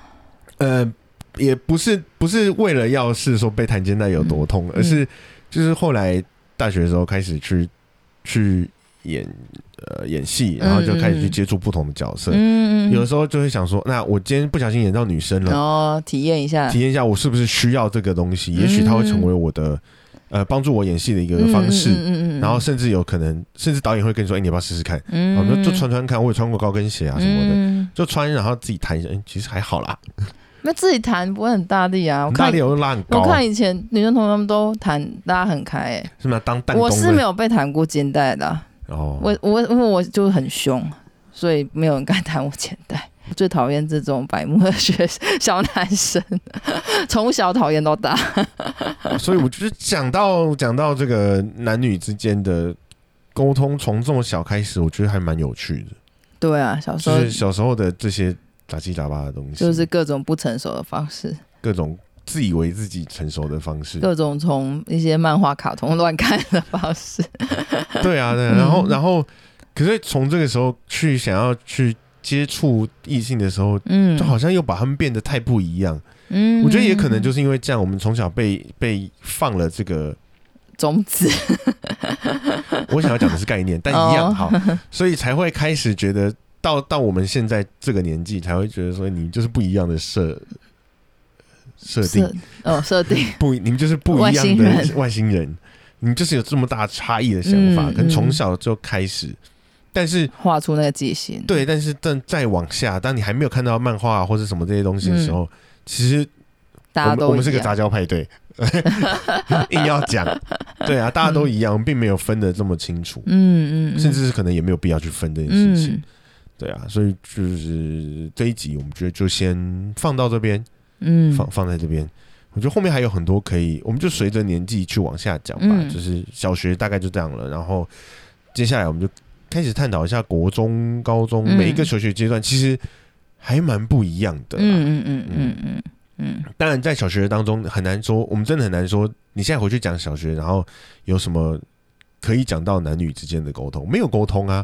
[SPEAKER 1] 呃，也不是不是为了要是说被弹肩带有多
[SPEAKER 2] 嗯
[SPEAKER 1] 痛，而是就是后来大学的时候开始去去演呃演戏，然后就开始去接触不同的角色，
[SPEAKER 2] 嗯，哦
[SPEAKER 1] 有的时候就会想说，那我今天不小心演到女生
[SPEAKER 2] 然
[SPEAKER 1] 了，
[SPEAKER 2] 后体验一下
[SPEAKER 1] 体，验一下我是不是需要这个东西，
[SPEAKER 2] 嗯
[SPEAKER 1] 也许它会成为我的呃帮助我演戏的一个方
[SPEAKER 2] 嗯
[SPEAKER 1] 式。
[SPEAKER 2] 嗯嗯嗯嗯
[SPEAKER 1] 然后哦甚至有可能，甚至导演会跟你说：“哎、你要不要试试看？”
[SPEAKER 2] 嗯，
[SPEAKER 1] 我们就穿穿看，我也穿过高跟鞋啊什么的，
[SPEAKER 2] 的。
[SPEAKER 1] 就穿，然后自己弹一下，哎、其实还好啦。那
[SPEAKER 2] 那自己弹不会很大力啊？我
[SPEAKER 1] 大
[SPEAKER 2] 看
[SPEAKER 1] 力又拉很高，
[SPEAKER 2] 我看以前女生同学们都弹拉很开、欸，
[SPEAKER 1] 是吗？当弹弓
[SPEAKER 2] 我
[SPEAKER 1] 的
[SPEAKER 2] 是没有被弹过肩带的啊、
[SPEAKER 1] 哦，
[SPEAKER 2] 我我因为我就很凶，所以没有人敢弹我肩带。 我最讨厌这种白目的学小男生，从小讨厌到大。
[SPEAKER 1] 所以我就是讲到讲到这个男女之间的沟通，从这么小开始，我觉得还蛮有趣的，
[SPEAKER 2] 对啊，小时
[SPEAKER 1] 就
[SPEAKER 2] 候
[SPEAKER 1] 是小时候的这些杂七杂八的东西，
[SPEAKER 2] 就是各种不成熟的方式，
[SPEAKER 1] 各种自以为自己成熟的方式。
[SPEAKER 2] 各种从一些漫画、卡通乱看的方式。
[SPEAKER 1] 对啊，对啊，
[SPEAKER 2] 嗯
[SPEAKER 1] 然后然后，可是从这个时候去想要去接触异性的时候。
[SPEAKER 2] 嗯
[SPEAKER 1] 就好像又把他们变得太不一样，
[SPEAKER 2] 嗯
[SPEAKER 1] 我觉得也可能就是是因为这样，我们从小被被放了这个
[SPEAKER 2] 种子。
[SPEAKER 1] 我想要讲的是概念，但一样
[SPEAKER 2] 哦
[SPEAKER 1] 好，所以才会开始觉得到到我们现在这个年纪，才会觉得说你就是不一样的设设定，
[SPEAKER 2] 哦，设定
[SPEAKER 1] 不，你们就是不一样的
[SPEAKER 2] 外星
[SPEAKER 1] 外星人，你就是有这么大差异的想法，
[SPEAKER 2] 嗯
[SPEAKER 1] 可能从小就开始，但是。
[SPEAKER 2] 画出那个界限。
[SPEAKER 1] 对，但是但再往下，当你还没有看到漫画或者什么这些东西的时候，其实
[SPEAKER 2] 嗯大
[SPEAKER 1] 我
[SPEAKER 2] 家
[SPEAKER 1] 们
[SPEAKER 2] 都
[SPEAKER 1] 我们是
[SPEAKER 2] 一
[SPEAKER 1] 个
[SPEAKER 2] 样
[SPEAKER 1] 杂交派 对，硬要讲，对啊，大家都一样，并没有分的这么清楚。
[SPEAKER 2] 嗯嗯，嗯
[SPEAKER 1] 甚至是可能也没有必要去分这件事情，
[SPEAKER 2] 嗯
[SPEAKER 1] 对啊，所以就是这一集我们觉得就先放到这边，
[SPEAKER 2] 嗯
[SPEAKER 1] 放放在这边。我觉得后面还有很多可以，我们就随着年纪去往下讲吧。
[SPEAKER 2] 嗯
[SPEAKER 1] 就是小学大概就这样了，然后接下来我们就开始探讨一下国中、高中、
[SPEAKER 2] 嗯
[SPEAKER 1] 每一个求学阶段，其实还蛮不一样的啦。
[SPEAKER 2] 嗯嗯嗯嗯嗯嗯
[SPEAKER 1] 当然，在小学当中很难说，我们真的很难说。你现在回去讲小学，然后有什么可以讲到男女之间的沟通？没有沟通啊，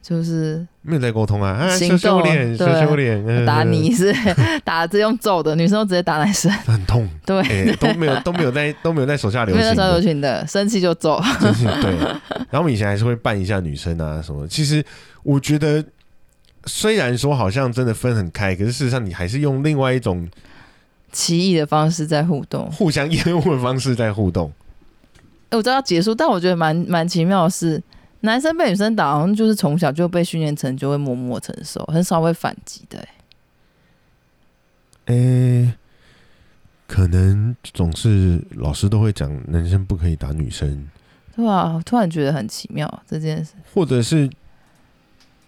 [SPEAKER 2] 就是
[SPEAKER 1] 没有在沟通啊，啊，
[SPEAKER 2] 行
[SPEAKER 1] 羞
[SPEAKER 2] 动
[SPEAKER 1] 羞脸，羞
[SPEAKER 2] 对
[SPEAKER 1] 羞脸，呃
[SPEAKER 2] 打你是 打这用揍的，女生都直接打男生，
[SPEAKER 1] 很痛，
[SPEAKER 2] 对，
[SPEAKER 1] 哎、都没有都没有在 都没有在手下留
[SPEAKER 2] 没有
[SPEAKER 1] 情
[SPEAKER 2] 在找
[SPEAKER 1] 的
[SPEAKER 2] 有，群的，生气就揍。
[SPEAKER 1] 真是对。然后我们以前还是会扮一下女生啊什么。其实我觉得，虽然说好像真的分很开，可是事实上你还是用另外一种
[SPEAKER 2] 奇异的方式在互动，
[SPEAKER 1] 互相厌恶的方式在互动。
[SPEAKER 2] 哎我知道要结束，但我觉得蛮蛮奇妙的是，男生被女生打，好像就是从小就被训练成就会默默承受，很少会反击的、欸
[SPEAKER 1] 诶、可能总是老师都会讲男生不可以打女生，
[SPEAKER 2] 对啊，我突然觉得很奇妙这件事。
[SPEAKER 1] 或者是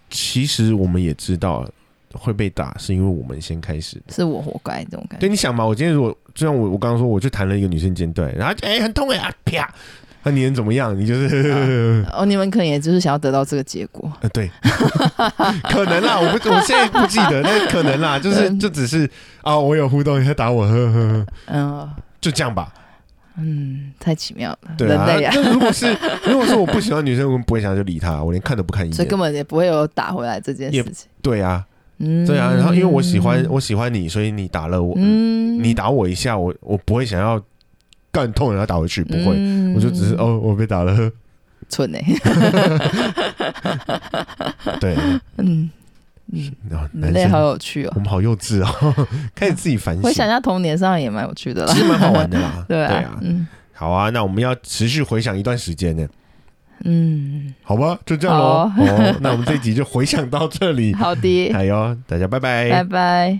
[SPEAKER 1] 其实我们也知道会被打，是因为我们先开始的。
[SPEAKER 2] 是我活该这种感觉。
[SPEAKER 1] 对，你想嘛，我今天如果就像我我刚刚说，我去弹了一个女生肩带，然后哎、很痛哎、啊啪，那、你能怎么样？你就是、
[SPEAKER 2] 哦，你们可能也就是想要得到这个结果，
[SPEAKER 1] 呃对， 可能啦，我不我现在不记得，但是可能啦，就是
[SPEAKER 2] 嗯
[SPEAKER 1] 就只是啊，我有互动，你在打我，呵呵呵，
[SPEAKER 2] 嗯
[SPEAKER 1] 就这样吧。
[SPEAKER 2] 嗯，太奇妙了，
[SPEAKER 1] 对
[SPEAKER 2] 人
[SPEAKER 1] 啊，
[SPEAKER 2] 类啊，
[SPEAKER 1] 那如果是如果是我不喜欢女生，我不会想要去理她，我连看都不看一
[SPEAKER 2] 所以根
[SPEAKER 1] 眼。
[SPEAKER 2] 本也不会有打回来这件
[SPEAKER 1] 也
[SPEAKER 2] 事情。
[SPEAKER 1] 对啊，
[SPEAKER 2] 嗯，
[SPEAKER 1] 对啊，然后因为我喜欢我喜欢你，所以你打了我，
[SPEAKER 2] 嗯
[SPEAKER 1] 你打我一下，我我不会想要干痛然后打回去，不会，
[SPEAKER 2] 嗯
[SPEAKER 1] 我就只是哦，我被打了。
[SPEAKER 2] 蠢哎、
[SPEAKER 1] 对，
[SPEAKER 2] 嗯，
[SPEAKER 1] 然后啊
[SPEAKER 2] 人
[SPEAKER 1] 男
[SPEAKER 2] 类好
[SPEAKER 1] 生，
[SPEAKER 2] 有趣哦
[SPEAKER 1] 我。们好幼稚哦， 开始自己反
[SPEAKER 2] 回想
[SPEAKER 1] 省，
[SPEAKER 2] 一下童年上也蛮有趣的啦。
[SPEAKER 1] 其，实蛮好玩的啦
[SPEAKER 2] 对
[SPEAKER 1] 对
[SPEAKER 2] 啊
[SPEAKER 1] 啊，，
[SPEAKER 2] 嗯
[SPEAKER 1] 好啊，那我们要持续回想一段时间呢，
[SPEAKER 2] 嗯，
[SPEAKER 1] 好吧，就这样喽。哦
[SPEAKER 2] 好
[SPEAKER 1] 哦，那我们这一集就回想到这里。
[SPEAKER 2] 好的，
[SPEAKER 1] 哎呦，大家拜拜。
[SPEAKER 2] 拜拜。